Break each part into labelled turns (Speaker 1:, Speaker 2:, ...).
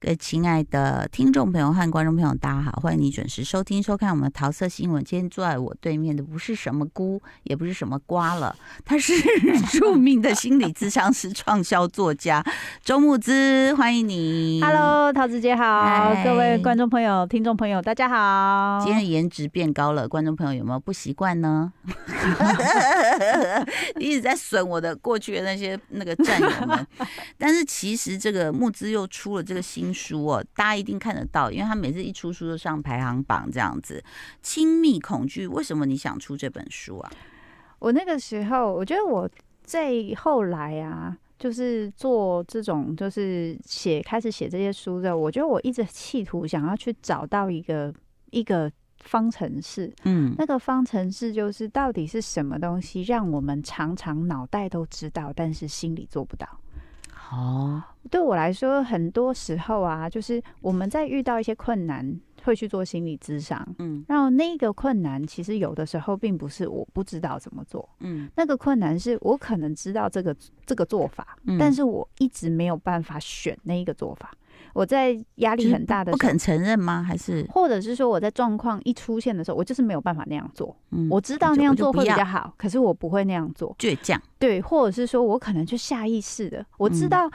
Speaker 1: 各位亲爱的听众朋友和观众朋友，大家好，欢迎你准时收听收看我们的桃色新闻。今天坐在我对面的不是什么菇，也不是什么瓜了，他是著名的心理咨商师、畅销作家周牧之，欢迎你。
Speaker 2: Hello，桃子姐好
Speaker 1: 嗨，
Speaker 2: 各位观众朋友、听众朋友，大家好
Speaker 1: 今。天颜值变高了，观众朋友有没有不习惯呢？ 一直在损我的过去的那些那个战友们，但是其实这个募资又出了这个新书哦，大家一定看得到，因为他每次一出书就上排行榜这样子。亲密恐惧，为什么你想出这本书啊？
Speaker 2: 我那个时候，我觉得我最后来啊，就是做这种，就是写开始写这些书的，我觉得我一直企图想要去找到一个一个方程式，
Speaker 1: 嗯
Speaker 2: 那个方程式就是到底是什么东西让我们常常脑袋都知道，但是心里做不到。
Speaker 1: 哦，
Speaker 2: 对我来说，很多时候啊，就是我们在遇到一些困难，会去做心理咨商。
Speaker 1: 嗯
Speaker 2: 然后那个困难，其实有的时候并不是我不知道怎么做，
Speaker 1: 嗯
Speaker 2: 那个困难是我可能知道这个这个做法，
Speaker 1: 嗯
Speaker 2: 但是我一直没有办法选那一个做法。我在压力很大的
Speaker 1: 不
Speaker 2: 时候，
Speaker 1: 肯承认吗？还是
Speaker 2: 或者是说我在状况一出现的时候，我就是没有办法那样做。
Speaker 1: 嗯
Speaker 2: 我知道
Speaker 1: 就
Speaker 2: 那
Speaker 1: 我
Speaker 2: 样
Speaker 1: 就
Speaker 2: 做
Speaker 1: 不
Speaker 2: 会比
Speaker 1: 要
Speaker 2: 较好，可是我不会那样做。
Speaker 1: 倔强？
Speaker 2: 对，或者是说我可能就下意识的，我知
Speaker 1: 嗯
Speaker 2: 道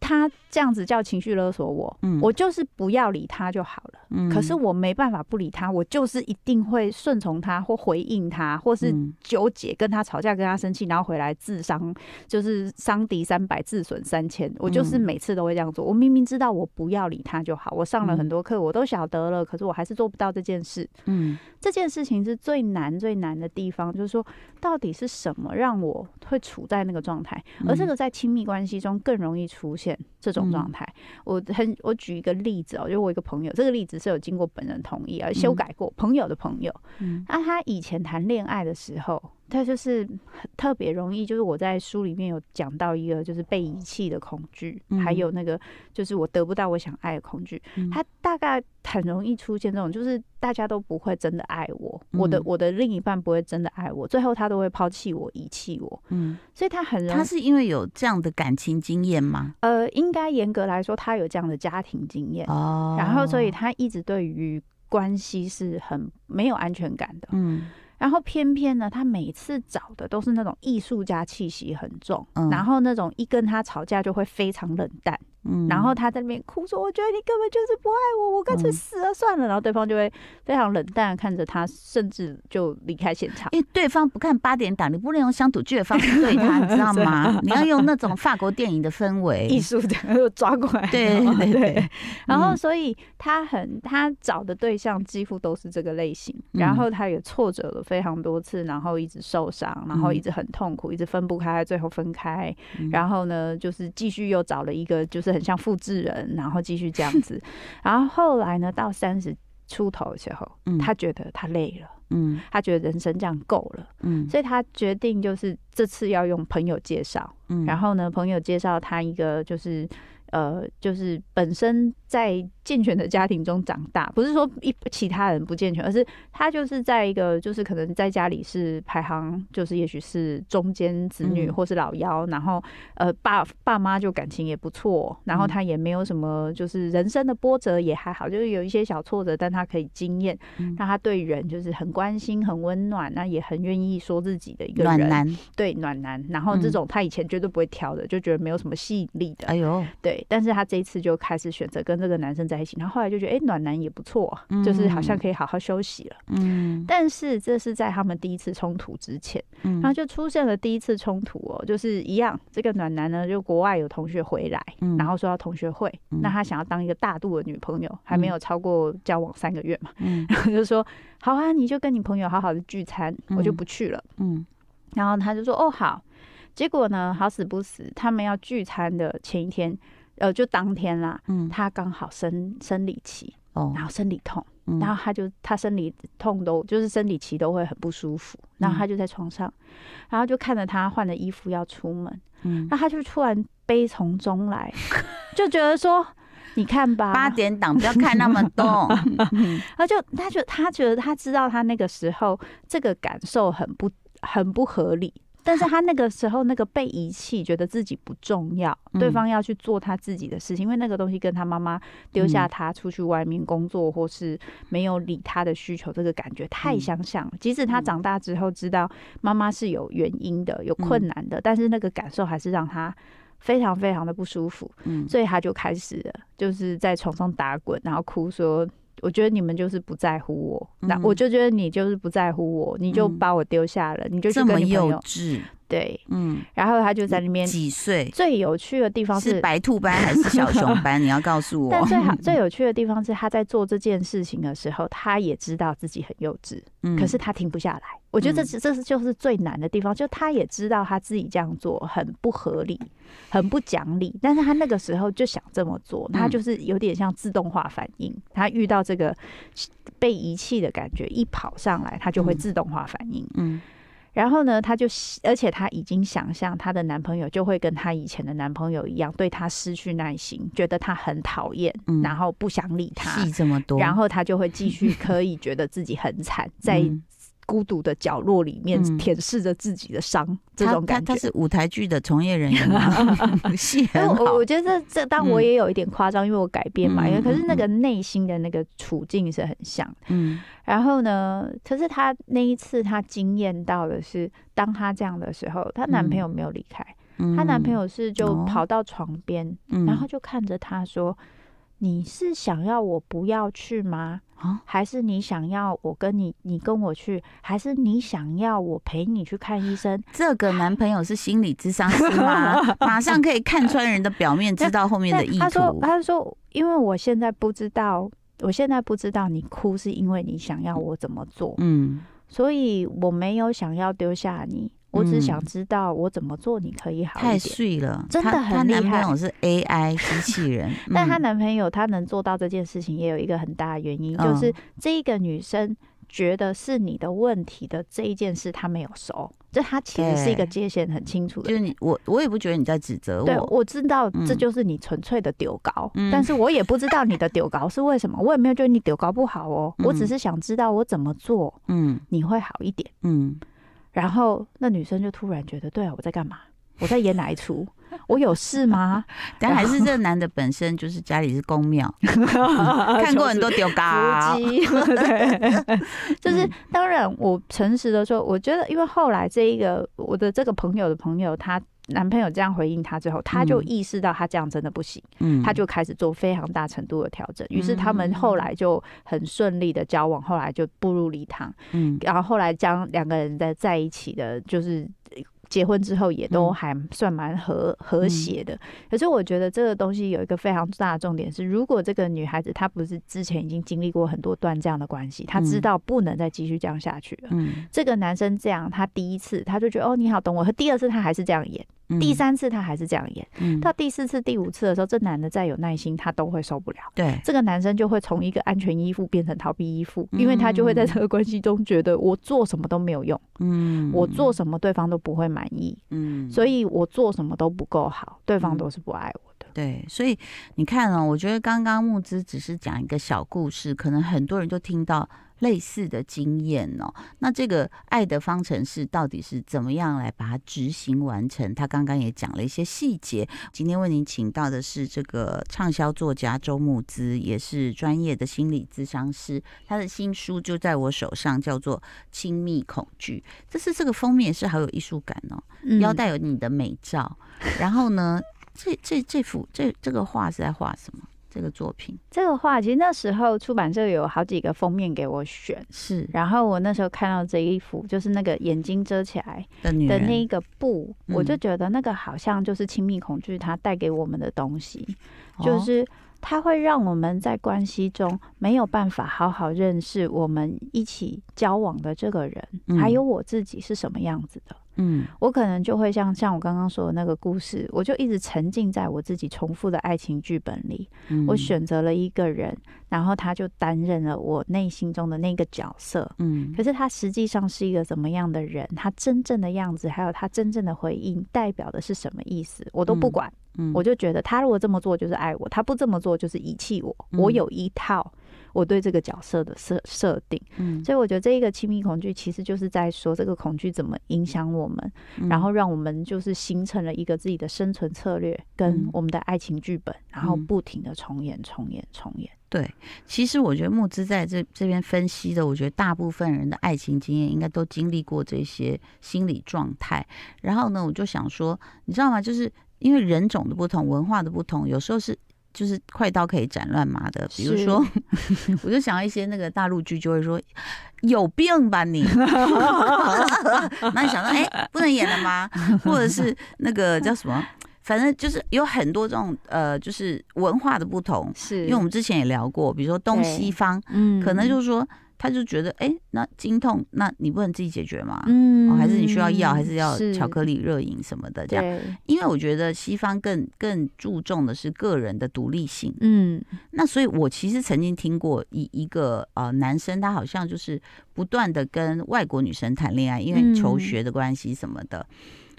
Speaker 2: 他这样子叫情绪勒索我，
Speaker 1: 嗯
Speaker 2: 我就是不要理他就好了。
Speaker 1: 嗯
Speaker 2: 可是我没办法不理他，我就是一定会顺从他或回应他，或是
Speaker 1: 嗯
Speaker 2: 纠结跟他吵架、跟他生气，然后回来自伤，就是伤敌三百，自损三千。我就是
Speaker 1: 嗯
Speaker 2: 每次都会这样做。我明明知道我不要理他就好，我上了很
Speaker 1: 嗯
Speaker 2: 多课，我都晓得了，可是我还是做不到这件事。
Speaker 1: 嗯
Speaker 2: 这件事情是最难最难的地方，就是说到底是什么让我会处在那个状态，
Speaker 1: 嗯
Speaker 2: 而这个在亲密关系中更容易出现这种状态。我很我举一个例子哦，就我一个朋友，这个例子是有经过本人同意而修改过，朋友的朋友，
Speaker 1: 嗯
Speaker 2: 那、他以前谈恋爱的时候。他就是很特别容易，就是我在书里面有讲到一个，就是被遗弃的恐惧，
Speaker 1: 嗯
Speaker 2: 还有那个就是我得不到我想爱的恐惧。
Speaker 1: 嗯
Speaker 2: 他大概很容易出现这种，就是大家都不会真的爱我，
Speaker 1: 嗯
Speaker 2: 我的我的另一半不会真的爱我，最后他都会抛弃我、遗弃我，
Speaker 1: 嗯，
Speaker 2: 所以他很容
Speaker 1: 他
Speaker 2: 易。
Speaker 1: 是因为有这样的感情经验吗？
Speaker 2: 呃，应该严格来说，他有这样的家庭经验，
Speaker 1: 哦，
Speaker 2: 然后所以他一直对于关系是很没有安全感的。
Speaker 1: 嗯
Speaker 2: 然后偏偏呢，他每次找的都是那种艺术家气息很重，
Speaker 1: 嗯
Speaker 2: 然后那种一跟他吵架就会非常冷淡，
Speaker 1: 嗯
Speaker 2: 然后他在那边哭说：“我觉得你根本就是不爱我，我干脆
Speaker 1: 嗯
Speaker 2: 死了算了。然后对方就会非常冷淡的看着他，甚至就离开现场。
Speaker 1: 因为对方不看八点档，你不能用乡土剧的方式对 他，你知道吗？你要用那种法国电影的氛围。
Speaker 2: 艺术的抓过来，
Speaker 1: 对
Speaker 2: 然后
Speaker 1: 对对对
Speaker 2: 哦对，然后
Speaker 1: 嗯
Speaker 2: 所以他很他找的对象几乎都是这个类型，
Speaker 1: 嗯
Speaker 2: 然后他也挫折了非常多次，然后一直受伤，然后一直很痛苦，一直分不开，最后分开，
Speaker 1: 嗯
Speaker 2: 然后呢就是继续又找了一个就是很像复制人，然后继续这 样子，然后后来呢到三十出头的时候，
Speaker 1: 嗯
Speaker 2: 他觉得他累了，
Speaker 1: 嗯
Speaker 2: 他觉得人生这样够了，
Speaker 1: 嗯
Speaker 2: 所以他决定就是这次要用朋友介绍。
Speaker 1: 嗯
Speaker 2: 然
Speaker 1: 后
Speaker 2: 后呢，朋友介绍他一个就是。呃，就是本身在健全的家庭中长大，不是说一其他人不健全，而是他就是在一个就是可能在家里是排行，就是也许是中间子女
Speaker 1: 嗯
Speaker 2: 或是老幺，然后呃爸爸妈就感情也不错，然后
Speaker 1: 嗯
Speaker 2: 他也没有什么就是人生的波折也还好，就是有一些小挫折，但他可以经验，
Speaker 1: 嗯
Speaker 2: 那他对人就是很关心、很温暖，那也很愿意说自己的一个
Speaker 1: 暖
Speaker 2: 人，
Speaker 1: 男，
Speaker 2: 对暖男，然后这
Speaker 1: 嗯
Speaker 2: 种他以前绝对不会挑的，就觉得没有什么吸引力的，
Speaker 1: 哎 呦，
Speaker 2: 对。但是他这一次就开始选择跟这个男生在一起，然后后来就觉得，哎、暖男也不错，就是好像可以好好休息了。
Speaker 1: 嗯
Speaker 2: 但是这是在他们第一次冲突之前，
Speaker 1: 嗯
Speaker 2: 然后就出现了第一次冲突哦，就是一样，这个暖男呢，就国外有同学回来，
Speaker 1: 嗯
Speaker 2: 然后说要同学会，
Speaker 1: 嗯
Speaker 2: 那他想要当一个大度的女朋友，还没
Speaker 1: 嗯
Speaker 2: 有超过交往三个月嘛，
Speaker 1: 嗯
Speaker 2: 然后就说，好啊，你就跟你朋友好好的聚餐，我就
Speaker 1: 嗯
Speaker 2: 不去了。
Speaker 1: 嗯
Speaker 2: 然后他就说：“哦，好。”结果呢，好死不死，他们要聚餐的前一天，呃，就当天啦，
Speaker 1: 嗯
Speaker 2: 他刚好生生理期，
Speaker 1: 哦
Speaker 2: 然，后生理痛，
Speaker 1: 嗯
Speaker 2: 然后他就他生理痛都就是生理期都会很不舒服，
Speaker 1: 嗯
Speaker 2: 然后他就在床上，然后就看着他换了衣服要出门，
Speaker 1: 嗯
Speaker 2: 然后他就突然悲从中 来，就觉得说。你看吧，
Speaker 1: 八点档不要看那么 多，
Speaker 2: 他就他觉得他觉得他知道他那个时候这个感受很不很不合理，但是他那个时候那个被遗弃，觉得自己不重要，
Speaker 1: 嗯
Speaker 2: 对方要去做他自己的事情，因为那个东西跟他妈妈丢下他出去外面工作，或是没有理他的需求，这个感觉太相像了。即使他长大之后知道妈妈是有原因的、有困难的，但是那个感受还是让他。非常非常的不舒服，
Speaker 1: 嗯
Speaker 2: 所以他就开始了，就是在床上打滚，然后哭说：“我觉得你们就是不在乎我，那、
Speaker 1: 嗯
Speaker 2: 我就觉得你就是不在乎我，你就
Speaker 1: 嗯
Speaker 2: 把我丢下了，你就去
Speaker 1: 这么
Speaker 2: 跟你朋
Speaker 1: 幼
Speaker 2: 友
Speaker 1: 稚，
Speaker 2: 对。”
Speaker 1: 嗯，
Speaker 2: 然后他就在那边。
Speaker 1: 几岁？
Speaker 2: 最有趣的地方是，
Speaker 1: 是白兔斑还是小熊斑？你要告诉
Speaker 2: 但
Speaker 1: 我。
Speaker 2: 最好 最有趣的地方是，他在做这件事情的时候，他也知道自己很幼稚，
Speaker 1: 嗯
Speaker 2: 可是他停不下来。我觉得这是这是就是最难的地方，就他也知道他自己这样做很不合理，很不讲理，但是他那个时候就想这么做，
Speaker 1: 嗯
Speaker 2: 他就是有点像自动化反应。他遇到这个被遗弃的感觉，一跑上来，他就会
Speaker 1: 嗯
Speaker 2: 自动化反应。
Speaker 1: 嗯
Speaker 2: 然后呢，她就喜，而且她已经想象她的男朋友就会跟她以前的男朋友一样，对她失去耐心，觉得她很讨厌，
Speaker 1: 嗯
Speaker 2: 然后不想理她
Speaker 1: 戏，这么多，
Speaker 2: 然后她就会继续可以觉得自己很 惨，在
Speaker 1: 嗯
Speaker 2: 孤独的角落里面
Speaker 1: 嗯
Speaker 2: 舔舐着自己的伤，这种
Speaker 1: 他
Speaker 2: 感
Speaker 1: 他他。
Speaker 2: 觉
Speaker 1: 是舞台剧的从业人员 吗，戏
Speaker 2: 因为
Speaker 1: 很好
Speaker 2: 我。我觉得这这，当然我
Speaker 1: 嗯
Speaker 2: 也有一点夸张，因为我改编嘛，
Speaker 1: 嗯
Speaker 2: 因为可是
Speaker 1: 嗯
Speaker 2: 那个内心的那个处境是很像。
Speaker 1: 嗯
Speaker 2: 然后呢，可是她那一次她惊艳到的是，当她这样的时候，她男朋友没有离开，
Speaker 1: 嗯
Speaker 2: 她男朋，友是就
Speaker 1: 哦
Speaker 2: 跑到床边，
Speaker 1: 嗯
Speaker 2: 然后就看着她说：“你是想要我不要去吗？
Speaker 1: 啊
Speaker 2: 还是你想要我跟你你跟我去？还是你想要我陪你去看医生？
Speaker 1: 这个男朋友是心理智商师 吗？马上可以看穿人的表面，知道后面的
Speaker 2: 但
Speaker 1: 意
Speaker 2: 她说
Speaker 1: 图：“。
Speaker 2: 她说，因为我现在不知道，我现在不知道你哭是因为你想要我怎么做，
Speaker 1: 嗯
Speaker 2: 所以我没有想要丢下你，我只
Speaker 1: 嗯
Speaker 2: 想知道我怎么做你可以好
Speaker 1: 太
Speaker 2: 一点。”
Speaker 1: 碎了，
Speaker 2: 真的
Speaker 1: 她
Speaker 2: 很
Speaker 1: 她男
Speaker 2: 厉害
Speaker 1: 朋友是 AI 机器人，
Speaker 2: 但她
Speaker 1: 嗯
Speaker 2: 男朋友他能做到这件事情，也有一个很大的原因，就是
Speaker 1: 嗯
Speaker 2: 这个女生觉得是你的问题的这一件事，她没有熟，这她其实是一个
Speaker 1: 对
Speaker 2: 界限很清楚的
Speaker 1: 就是。你我我也不觉得你在指责
Speaker 2: 对，
Speaker 1: 我，
Speaker 2: 我知道
Speaker 1: 嗯
Speaker 2: 这就是你纯粹的丢高，
Speaker 1: 嗯
Speaker 2: 但是我也不知道你的丢高是为什么，我也没有觉得你丢高不好哦，我只
Speaker 1: 嗯
Speaker 2: 是想知道我怎么做
Speaker 1: 嗯
Speaker 2: 你会好一点。
Speaker 1: 嗯，
Speaker 2: 然后那女生就突然觉得，对啊，我在干嘛？我在演哪一出？我有 事吗？
Speaker 1: 但还是这个男的本身就是家里是公庙， 嗯看
Speaker 2: 看
Speaker 1: 过很多丢嘎
Speaker 2: 伏，击，对，就是
Speaker 1: 嗯
Speaker 2: 当然，我诚实的说，我觉得，因为后来这一个我的这个朋友的朋友，她男朋友这样回应她之后，她就
Speaker 1: 嗯
Speaker 2: 意识到她这样真的不行，
Speaker 1: 嗯
Speaker 2: 她就开始做非常大程度的调整，于是他们
Speaker 1: 嗯
Speaker 2: 后来就很顺利的交往，后来就步入礼堂，
Speaker 1: 嗯
Speaker 2: 然后后来将两个人在在一起的，就是呃结婚之后也都
Speaker 1: 嗯
Speaker 2: 还算蛮和和谐的。可是我觉得这个东西有一个非常大的重点是，如果这个女孩子她不是之前已经经历过很多段这样的关系，她知
Speaker 1: 嗯
Speaker 2: 道不能再继续这样下去了。
Speaker 1: 嗯
Speaker 2: 这个男生这样，他第一次他就觉得哦你好懂我，第二次他还是这样演，
Speaker 1: 嗯
Speaker 2: 第三次他还是这样演，
Speaker 1: 嗯
Speaker 2: 到第四次、第五次的时候，这男的再有耐心，他都会受不了。
Speaker 1: 对
Speaker 2: 这个男生就会从一个安全依附变成逃避依附，因为他就会在这个关系中觉得我做什么都没有用，
Speaker 1: 嗯
Speaker 2: 我做什么对方都不会满意，
Speaker 1: 嗯
Speaker 2: 所以我做什么都不够好，对方都是不爱我的。
Speaker 1: 对，所以你看哦，我觉得刚刚木之只是讲一个小故事，可能很多人就听到类似的经验哦。那这个爱的方程式到底是怎么样来把它执行完成？他刚刚也讲了一些细节。今天为您请到的是这个畅销作家周木之，也是专业的心理咨商师。他的新书就在我手上，叫做《亲密恐惧》。这是这个封面也是好有艺术感哦。
Speaker 2: 嗯
Speaker 1: 腰带有你的美照，然后呢，这这这幅这这个画是在画什么？这个作品
Speaker 2: 这个话，其实那时候出版社有好几个封面给我选。
Speaker 1: 是
Speaker 2: 然后我那时候看到这一幅，就是那个眼睛遮起来
Speaker 1: 的女
Speaker 2: 的
Speaker 1: 人，
Speaker 2: 那个布，
Speaker 1: 嗯
Speaker 2: 我就觉得那个好像就是亲密恐惧它带给我们的东西。就
Speaker 1: 哦
Speaker 2: 是它会让我们在关系中没有办法好好认识我们一起交往的这个人，还有我自己是什么样子的。
Speaker 1: 嗯
Speaker 2: 我可能就会像像我刚刚说的那个故事，我就一直沉浸在我自己重复的爱情剧本里。
Speaker 1: 嗯
Speaker 2: 我选择了一个人，然后他就担任了我内心中的那个角色。
Speaker 1: 嗯
Speaker 2: 可是他实际上是一个怎么样的人？他真正的样子，还有他真正的回应，代表的是什么意思？我都不
Speaker 1: 嗯
Speaker 2: 管。
Speaker 1: 嗯
Speaker 2: 我就觉得他如果这么做就是爱我，他不这么做就是遗弃我。
Speaker 1: 嗯
Speaker 2: 我有一套我对这个角色的设设定。
Speaker 1: 嗯，
Speaker 2: 所以我觉得这一个亲密恐惧其实就是在说这个恐惧怎么影响我们，然后让我们就是形成了一个自己的生存策略跟
Speaker 1: 嗯
Speaker 2: 我们的爱情剧本，然后
Speaker 1: 嗯
Speaker 2: 不停的重演、重演、重演。
Speaker 1: 对，其实我觉得木之在这这边分析的，我觉得大部分人的爱情经验应该都经历过这些心理状态。然后呢，我就想说，你知道吗？就是因为人种的不同，文化的不同，有时候是。就是快刀可以斩乱麻的，比如
Speaker 2: 是
Speaker 1: 说， 我就想到一些那个大陆剧就会说有病吧你，那你想到哎、不能演了吗？或者是那个叫什么，反正就是有很多这种呃，就是文化的不同，
Speaker 2: 是
Speaker 1: 因为我们之前也聊过，比如说东
Speaker 2: 对
Speaker 1: 西方，
Speaker 2: 嗯
Speaker 1: 可能就是说他就觉得，哎、那经痛，那你不能自己解决吗？
Speaker 2: 嗯
Speaker 1: 哦，还是你需要药，还是要巧克
Speaker 2: 力
Speaker 1: 力、热饮什么的这样？
Speaker 2: 对，
Speaker 1: 因为我觉得西方更更注重的是个人的独立性。
Speaker 2: 嗯，
Speaker 1: 那所以，我其实曾经听过一一个呃男生，他好像就是不断的跟外国女生谈恋爱，因为
Speaker 2: 嗯
Speaker 1: 求学的关系什么的。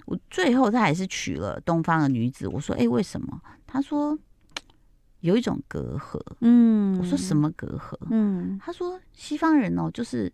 Speaker 1: 我最后他还是娶了东方的女子。我说，哎、为什么？他说有一种隔阂。
Speaker 2: 嗯，
Speaker 1: 我说什？么隔阂？
Speaker 2: 嗯
Speaker 1: 他说西方人哦，就是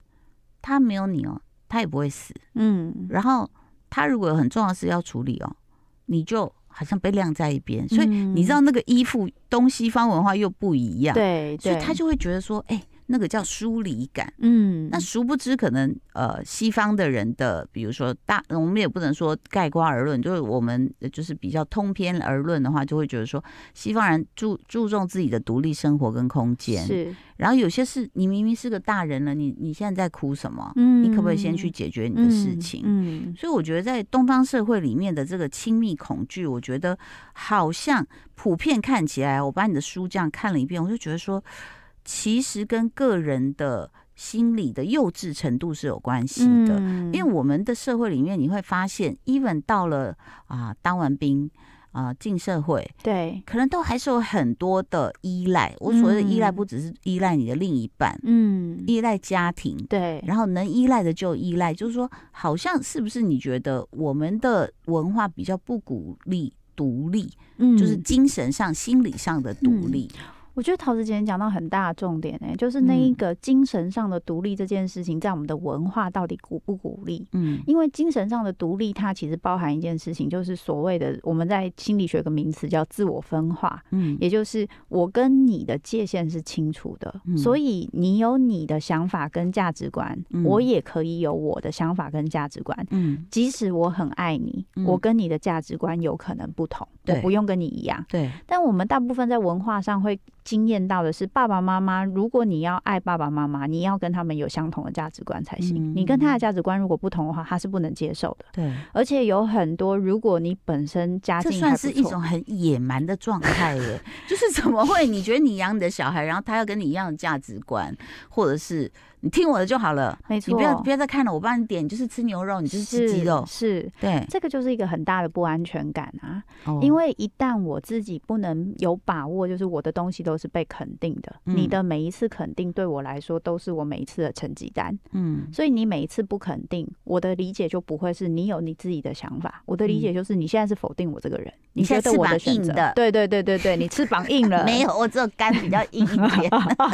Speaker 1: 他没有你哦，他也不会死。
Speaker 2: 嗯，
Speaker 1: 然后他如果有很重要的事要处理哦，你就好像被晾在一边。所以
Speaker 2: 嗯
Speaker 1: 你知道那个依附东西方文化又不一样，，
Speaker 2: 对，
Speaker 1: 所以
Speaker 2: 对
Speaker 1: 他就会觉得说，哎、那个叫疏离感。
Speaker 2: 嗯，
Speaker 1: 那殊不知，可能呃，西方的人的，比如说大，我们也不能说盖棺而论，就是我们呃就是比较通篇而论的话，就会觉得说，西方人注注重自己的独立生活跟空间，
Speaker 2: 是，
Speaker 1: 然后有些事，你明明是个大人了，你你现在在哭什么？
Speaker 2: 嗯
Speaker 1: 你可不可以先去解决你的事情？
Speaker 2: 嗯，
Speaker 1: 所以我觉得在东方社会里面的这个亲密恐惧，我觉得好像普遍看起来，我把你的书这样看了一遍，我就觉得说，其实跟个人的心理的幼稚程度是有关系的。
Speaker 2: 嗯
Speaker 1: 因为我们的社会里面，你会发现，even 到了啊、当完兵啊、进社会，
Speaker 2: 对，
Speaker 1: 可能都还是有很多的依赖。我所谓的依赖，
Speaker 2: 嗯
Speaker 1: 不只是依赖你的另一半，
Speaker 2: 嗯，
Speaker 1: 依赖家庭，
Speaker 2: 对，
Speaker 1: 然后能依赖的就依赖。就是说，好像是不是你觉得我们的文化比较不鼓励独立，就是
Speaker 2: 嗯
Speaker 1: 精神上、心理上的独立？
Speaker 2: 我觉得桃子姐姐讲到很大的重点、哎，就是那一
Speaker 1: 嗯
Speaker 2: 个精神上的独立这件事情，在我们的文化到底鼓不鼓励？
Speaker 1: 嗯
Speaker 2: 因为精神上的独立，它其实包含一件事情，就是所谓的我们在心理学有个名词叫自我分化，
Speaker 1: 嗯
Speaker 2: 也就是我跟你的界限是清楚的，
Speaker 1: 嗯
Speaker 2: 所以你有你的想法跟价值观，
Speaker 1: 嗯
Speaker 2: 我也可以有我的想法跟价值观。
Speaker 1: 嗯，
Speaker 2: 即使我很爱你，
Speaker 1: 嗯
Speaker 2: 我跟你的价值观有可能不同，我
Speaker 1: 对
Speaker 2: 不用跟你一样。
Speaker 1: 对，
Speaker 2: 但我们大部分在文化上会经验到的是，爸爸妈妈，如果你要爱爸爸妈妈，你要跟他们有相同的价值观才行。
Speaker 1: 嗯
Speaker 2: 你跟他的价值观如果不同的话，他是不能接受的。
Speaker 1: 对，
Speaker 2: 而且有很多，如果你本身家
Speaker 1: 这
Speaker 2: 境还
Speaker 1: 算
Speaker 2: 不
Speaker 1: 是
Speaker 2: 错，
Speaker 1: 一种很野蛮的状态耶。就是怎么会？你觉得你养你的小孩，然后他要跟你一样的价值观，或者是你听我的就好了，
Speaker 2: 没
Speaker 1: 你
Speaker 2: 错，
Speaker 1: 不要不要再看了，我帮你点，你就是吃牛肉，你就是吃鸡肉，
Speaker 2: 是。
Speaker 1: 对，
Speaker 2: 这个就是一个很大的不安全感啊，
Speaker 1: 哦
Speaker 2: 因为一旦我自己不能有把握，就是我的东西都是被肯定的，
Speaker 1: 嗯
Speaker 2: 你的每一次肯定对我来说都是我每一次的成绩单，
Speaker 1: 嗯
Speaker 2: 所以你每一次不肯定，我的理解就不会是你有你自己的想法，我的理解就是你现在是否定我这个人，
Speaker 1: 嗯你
Speaker 2: 觉
Speaker 1: 现在
Speaker 2: 得我
Speaker 1: 翅膀
Speaker 2: 选择
Speaker 1: 硬的，
Speaker 2: 对对对对对，你翅膀硬 了，
Speaker 1: 呃没有，我只有肝比较硬一点，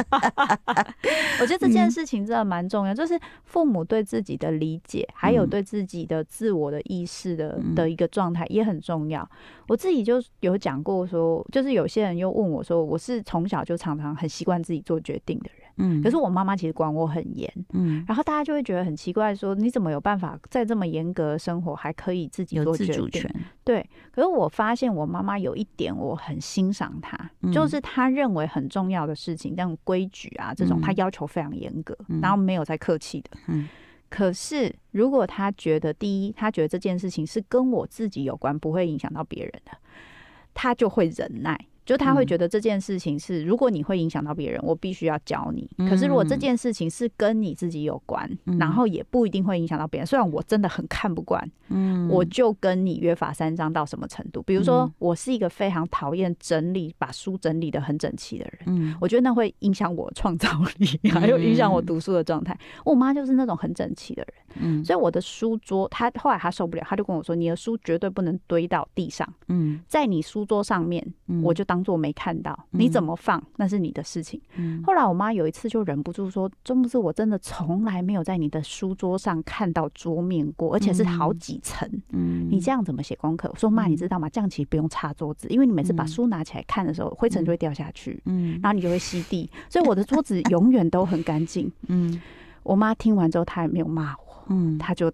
Speaker 2: 我觉得这
Speaker 1: 嗯
Speaker 2: 件事情真的蛮重要，就是父母对自己的理解，还有对自己的自我的意识的
Speaker 1: 嗯
Speaker 2: 的一个状态也很重要。我自己就有讲过说，就是有些人又问我说，我是从小就常常很习惯自己做决定的人，
Speaker 1: 嗯
Speaker 2: 可是我妈妈其实管我很严，
Speaker 1: 嗯
Speaker 2: 然后大家就会觉得很奇怪说，你怎么有办法在这么严格的生活还可以自己
Speaker 1: 有
Speaker 2: 做
Speaker 1: 自
Speaker 2: 决
Speaker 1: 主
Speaker 2: 定
Speaker 1: 权？，
Speaker 2: 对，可是我发现我妈妈有一点我很欣赏她，就
Speaker 1: 嗯
Speaker 2: 是她认为很重要的事情，像规矩啊这种，她
Speaker 1: 嗯
Speaker 2: 要求非常严格，
Speaker 1: 嗯
Speaker 2: 然后没有在客气的。
Speaker 1: 嗯
Speaker 2: 可是如果她觉得第一，她觉得这件事情是跟我自己有关，不会影响到别人的，她就会忍耐。就她会
Speaker 1: 嗯
Speaker 2: 觉得这件事情是，如果你会影响到别人，我必须要教你。可是如果这
Speaker 1: 嗯
Speaker 2: 件事情是跟你自己有关，
Speaker 1: 嗯
Speaker 2: 然后也不一定会影响到别人，虽然我真的很看不惯，
Speaker 1: 嗯
Speaker 2: 我就跟你约法三章到什么程度？比如说
Speaker 1: 嗯，
Speaker 2: 我是一个非常讨厌整理，把书整理的很整齐的人。
Speaker 1: 嗯
Speaker 2: 我觉得那会影响我创造力，还有影响我
Speaker 1: 嗯
Speaker 2: 读书的状态。我妈就是那种很整齐的人，
Speaker 1: 嗯
Speaker 2: 所以我的书桌，他后来他受不了，他就跟我说：“你的书绝对不能堆到地上，
Speaker 1: 嗯
Speaker 2: 在你书桌上面，
Speaker 1: 嗯
Speaker 2: 我就当做没看到。你怎
Speaker 1: 嗯
Speaker 2: 么放那是你的事情。”
Speaker 1: 嗯
Speaker 2: 后来我妈有一次就忍不住说：“真不是，我真的从来没有在你的书桌上看到桌面过，而且是好
Speaker 1: 嗯
Speaker 2: 几层。
Speaker 1: 嗯
Speaker 2: 你这样怎么写功课？”我说：“妈，你知道吗？这样其实不用擦桌子，因为你每次把
Speaker 1: 嗯
Speaker 2: 书拿起来看的时候，灰尘就会掉下去，
Speaker 1: 嗯
Speaker 2: 然后你就会吸地。所以我的桌子永远都很干净。
Speaker 1: 嗯”
Speaker 2: 我妈听完之后，她也没有骂我，
Speaker 1: 嗯，
Speaker 2: 她就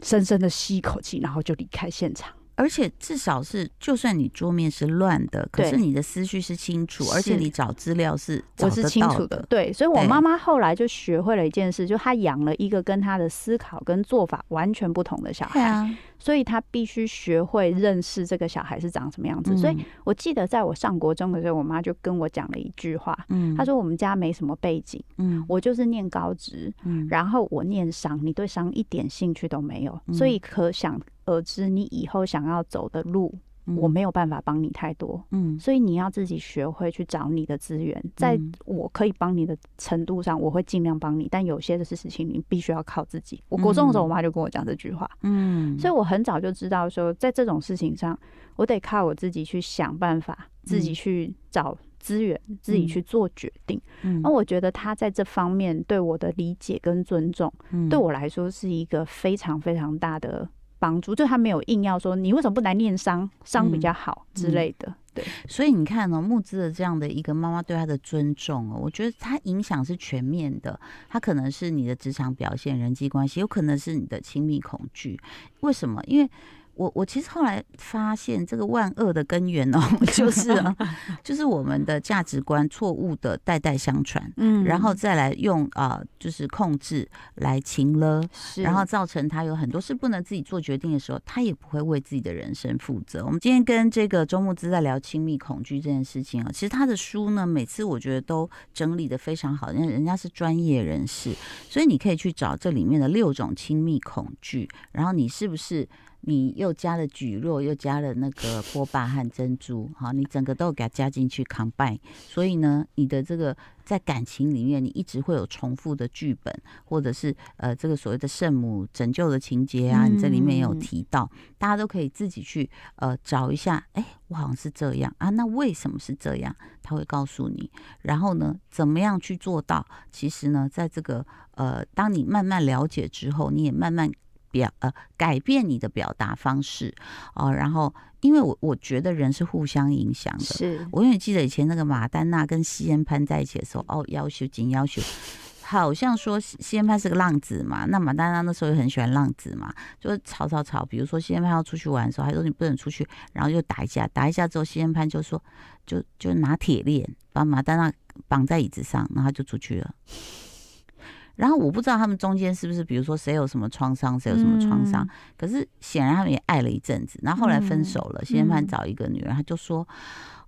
Speaker 2: 深深的吸一口气，然后就离开现场。
Speaker 1: 而且至少是，就算你桌面是乱的，可
Speaker 2: 对
Speaker 1: 是你的思绪是清楚，而且
Speaker 2: 是
Speaker 1: 你找资料是找
Speaker 2: 我
Speaker 1: 得
Speaker 2: 是清
Speaker 1: 到
Speaker 2: 楚
Speaker 1: 的。
Speaker 2: 对，所以我
Speaker 1: 对
Speaker 2: 妈妈后来就学会了一件事，就她养了一个跟她的思考跟做法完全不同的小
Speaker 1: 对
Speaker 2: 孩，
Speaker 1: 啊，
Speaker 2: 所以她必须学会认识这个小孩是长什么样子。所以
Speaker 1: 嗯
Speaker 2: 我记得在我上国中的时候，我妈就跟我讲了一句话，
Speaker 1: 嗯，
Speaker 2: 她说：“我们家没什么背景，
Speaker 1: 嗯，
Speaker 2: 我就是念高职，
Speaker 1: 嗯
Speaker 2: 然后我念商，你对商一点兴趣都没有，
Speaker 1: 嗯
Speaker 2: 所以可想而知，你以后想要走的路，我没有办法帮你太多。”
Speaker 1: 嗯
Speaker 2: 所以你要自己学会去找你的资源，在
Speaker 1: 嗯
Speaker 2: 我可以帮你的程度上，我会尽量帮你。但有些的事情你必须要靠自己。我国中的时候，
Speaker 1: 嗯
Speaker 2: 我妈就跟我讲这句话，
Speaker 1: 嗯，
Speaker 2: 所以
Speaker 1: 以
Speaker 2: 我很早就知道说，在这种事情上，我得靠我自己去想办法，
Speaker 1: 嗯
Speaker 2: 自己去找资源，自己去做决定。
Speaker 1: 嗯
Speaker 2: 那
Speaker 1: 哦
Speaker 2: 我觉得他在这方面对我的理解跟尊重，对
Speaker 1: 嗯
Speaker 2: 我来说是一个非常非常大的。帮助，就他没有硬要说你为什么不来念商，商比
Speaker 1: 嗯
Speaker 2: 较好之
Speaker 1: 嗯
Speaker 2: 类的。对，
Speaker 1: 所以你看哦，木之的这样的一个妈妈对她的尊重哦，我觉得她影响是全面的。她可能是你的职场表现、人际关系，有可能是你的亲密恐惧。为什么？因为我我其实后来发现，这个万恶的根源哦， 就是、啊、就是我们的价值观错误的代代相传，
Speaker 2: 嗯
Speaker 1: 然后再来用啊、呃就是控制来情勒。
Speaker 2: 是
Speaker 1: 然后造成他有很多事不能自己做决定的时候，他也不会为自己的人生负责。我们今天跟这个周牧之在聊亲密恐惧这件事情啊，其实他的书呢，每次我觉得都整理的非常好，因为人家是专业人士，所以你可以去找这里面的六种亲密恐惧，然后你是不是？你又加了蒟蒻，又加了那个波霸和珍珠， 好，你整个都给它加进去 combine，所以呢，你的这个在感情里面，你一直会有重复的剧本，或者是呃这个所谓的圣母拯救的情节啊，你这里面也有
Speaker 2: 嗯
Speaker 1: 提到，大家都可以自己去呃找一下，哎，我好像是这样啊，那为什么是这样？他会告诉你，然后呢，怎么样去做到？其实呢，在这个呃，当你慢慢了解之后，你也慢慢表呃改变你的表达方式哦、然后，因为我我觉得人是互相影响的，
Speaker 2: 是
Speaker 1: 我永远记得以前那个马丹娜跟西恩潘在一起的时候，哦，要求紧要求，好像说西西恩潘是个浪子嘛，那马丹娜那时候也很喜欢浪子嘛，就吵吵吵。比如说西恩潘要出去玩的时候，他说你不能出去，然后又打一架，打一架之后，西恩潘就说，就就拿铁链把马丹娜绑在椅子上，然后他就出去了。然后我不知道他们中间是不是，比如说谁有什么创伤，谁有什么创伤，
Speaker 2: 嗯
Speaker 1: 可是显然他们也爱了一阵子，然后后来分手了。谢先潘
Speaker 2: 嗯
Speaker 1: 找一个女人，他就说，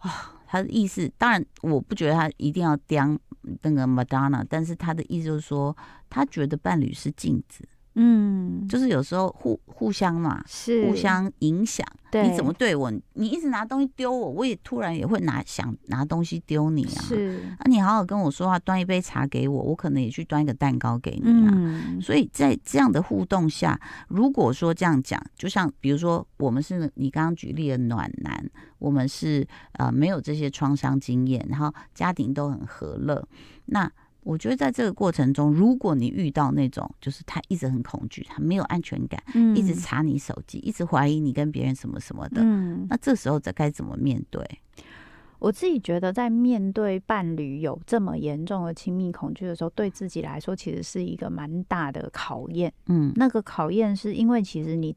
Speaker 1: 啊、他的意思，当然我不觉得他一定要当那个 Madonna，但是他的意思就是说，他觉得伴侣是镜子，
Speaker 2: 嗯，
Speaker 1: 就是有时候互互相嘛，
Speaker 2: 是
Speaker 1: 互相影响。
Speaker 2: 对，
Speaker 1: 你怎么对我，你一直拿东西丢我，我也突然也会拿想拿东西丢你啊。
Speaker 2: 是
Speaker 1: 啊，你好好跟我说话，端一杯茶给我，我可能也去端一个蛋糕给你啊。
Speaker 2: 嗯
Speaker 1: 所以在这样的互动下，如果说这样讲，就像比如说我们是你刚刚举例的暖男，我们是呃没有这些创伤经验，然后家庭都很和乐，那。我觉得在这个过程中，如果你遇到那种就是他一直很恐惧，他没有安全感，一直查你手机，一直怀疑你跟别人什么什么的，
Speaker 2: 嗯，
Speaker 1: 那这时候该怎么面对？
Speaker 2: 我自己觉得在面对伴侣有这么严重的亲密恐惧的时候，对自己来说其实是一个蛮大的考验。
Speaker 1: 嗯
Speaker 2: 那个考验是因为其实你。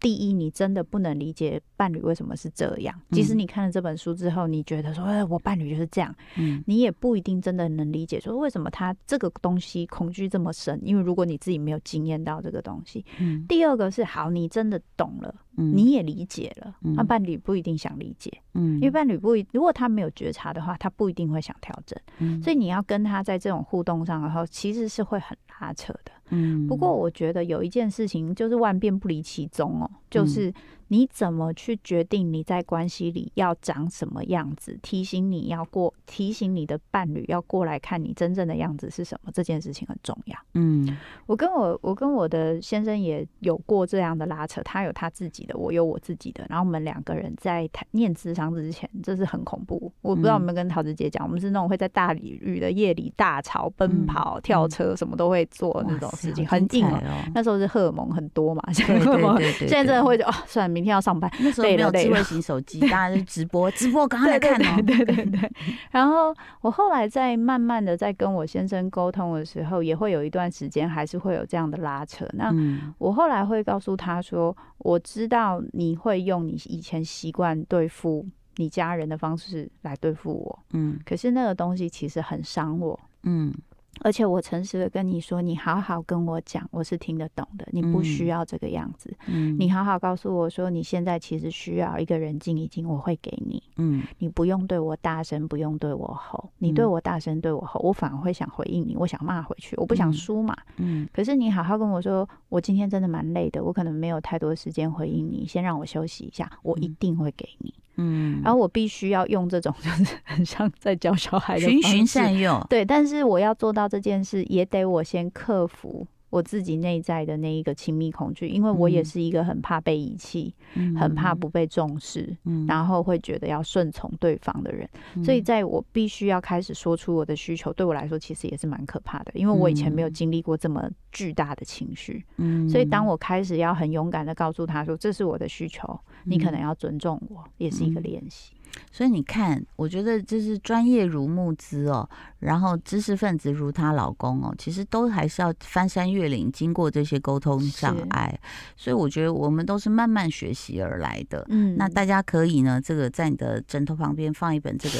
Speaker 2: 第一，你真的不能理解伴侣为什么是这样。即使
Speaker 1: 嗯
Speaker 2: 你看了这本书之后，你觉得说，哎，我伴侣就是这样，
Speaker 1: 嗯
Speaker 2: 你也不一定真的能理解，说为什么他这个东西恐惧这么深。因为如果你自己没有经验到这个东西，
Speaker 1: 嗯
Speaker 2: 第二个是好，你真的懂了，
Speaker 1: 嗯
Speaker 2: 你也理解了，那、
Speaker 1: 嗯
Speaker 2: 伴侣不一定想理解，
Speaker 1: 嗯
Speaker 2: 因为伴侣不一，如果他没有觉察的话，他不一定会想调整，
Speaker 1: 嗯
Speaker 2: 所以你要跟他在这种互动上，然后其实是会很拉扯
Speaker 1: 嗯
Speaker 2: 的。
Speaker 1: 嗯
Speaker 2: 不过我觉得有一件事情就是万变不离其宗哦，就是你怎么去决定你在关系里要长什么样子？提醒你要过，提醒你的伴侣要过来看你真正的样子是什么，这件事情很重要。
Speaker 1: 嗯
Speaker 2: 我跟我我跟我的先生也有过这样的拉扯，他有他自己的，我有我自己的，然后我们两个人在谈念智商之前，这是很恐怖。我不知道
Speaker 1: 嗯
Speaker 2: 有没有跟陶子姐讲，我们是那种会在大雨的夜里大吵、
Speaker 1: 嗯
Speaker 2: 奔跑、跳车，什么都会做那种事情，很硬哦。
Speaker 1: 哦。
Speaker 2: 那时候是荷尔蒙很多嘛，现
Speaker 1: 对
Speaker 2: 在荷尔
Speaker 1: 对
Speaker 2: 蒙
Speaker 1: 对对，
Speaker 2: 现在真的
Speaker 1: 对
Speaker 2: 会就哦，算了，明天要上班，
Speaker 1: 那时候没有
Speaker 2: 累了
Speaker 1: 智慧型手机，大家就直 播，直播赶快来
Speaker 2: 对
Speaker 1: 看
Speaker 2: 对
Speaker 1: 哦。
Speaker 2: 对对对对。然后我后来在慢慢的在跟我先生沟通的时候，也会有一段时间还是会有这样的拉扯。那
Speaker 1: 嗯
Speaker 2: 我后来会告诉他说，我知道你会用你以前习惯对付你家人的方式来对付我，
Speaker 1: 嗯
Speaker 2: 可是那个东西其实很伤我。
Speaker 1: 嗯
Speaker 2: 而且我诚实的跟你说，你好好跟我讲，我是听得懂的。你不需
Speaker 1: 嗯
Speaker 2: 要这个样子，
Speaker 1: 嗯，
Speaker 2: 你好好告诉我说，你现在其实需要一个人静一静，我会给你。
Speaker 1: 嗯
Speaker 2: 你不用对我大声，不用对我吼，你对
Speaker 1: 嗯
Speaker 2: 我大声对我吼，我反而会想回应你，我想骂回去，我不想
Speaker 1: 嗯
Speaker 2: 输嘛。
Speaker 1: 嗯
Speaker 2: 可是你好好跟我说，我今天真的蛮累的，我可能没有太多时间回应你，先让我休息一下，我一
Speaker 1: 嗯
Speaker 2: 定会给你。
Speaker 1: 嗯，
Speaker 2: 然后我必须要用这种 就是很像在教小孩的
Speaker 1: 循
Speaker 2: 方
Speaker 1: 循
Speaker 2: 式
Speaker 1: 善诱，
Speaker 2: 对，但是我要做到这件事，也得我先克服。我自己内在的那一个亲密恐惧，因为我也
Speaker 1: 嗯
Speaker 2: 是一个很怕被遗弃、
Speaker 1: 嗯
Speaker 2: 很怕，不被重视，
Speaker 1: 嗯
Speaker 2: 然后会觉得要顺从对方的人。所以，在我必须要开始说出我的需求，对我来说其实也是蛮可怕的，因为我以前没有
Speaker 1: 嗯
Speaker 2: 经历过这么巨大的情绪。
Speaker 1: 嗯
Speaker 2: 所以，当我开始要很勇敢的告诉他说：“这是我的需求，你可能，要尊重我”，也是一个
Speaker 1: 嗯
Speaker 2: 练习。
Speaker 1: 嗯所以你看，我觉得就是专业如木之哦，然后知识分子如她老公哦，其实都还是要翻山越岭，经过这些沟通障
Speaker 2: 是
Speaker 1: 碍，所以我觉得我们都是慢慢学习而来的。
Speaker 2: 嗯
Speaker 1: 那大家可以呢，这个在你的枕头旁边放一本这个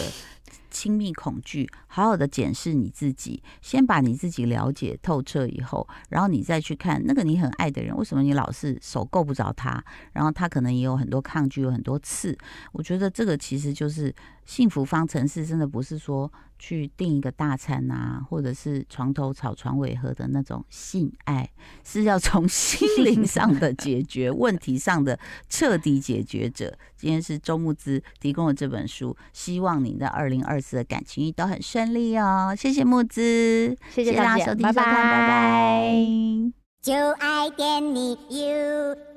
Speaker 1: 亲密恐惧，好好的检视你自己，先把你自己了解透彻以后，然后你再去看那个你很爱的人，为什么你老是手够不着他，然后他可能也有很多抗拒，有很多刺。我觉得这个其实就是幸福方程式，真的不是说去订一个大餐啊，或者是床头吵床尾和的那种性爱，是要从 心灵上的解决问题上的彻底解决者。今天是周牧之提供的这本书，希望您的二零二四的感情运都很顺利哦。谢谢牧之，
Speaker 2: 谢
Speaker 1: 谢
Speaker 2: 谢
Speaker 1: 大
Speaker 2: 大
Speaker 1: 家
Speaker 2: 家
Speaker 1: 收听
Speaker 2: 拜
Speaker 1: 收看拜
Speaker 2: 拜
Speaker 1: 拜
Speaker 3: 就爱点你 UFO。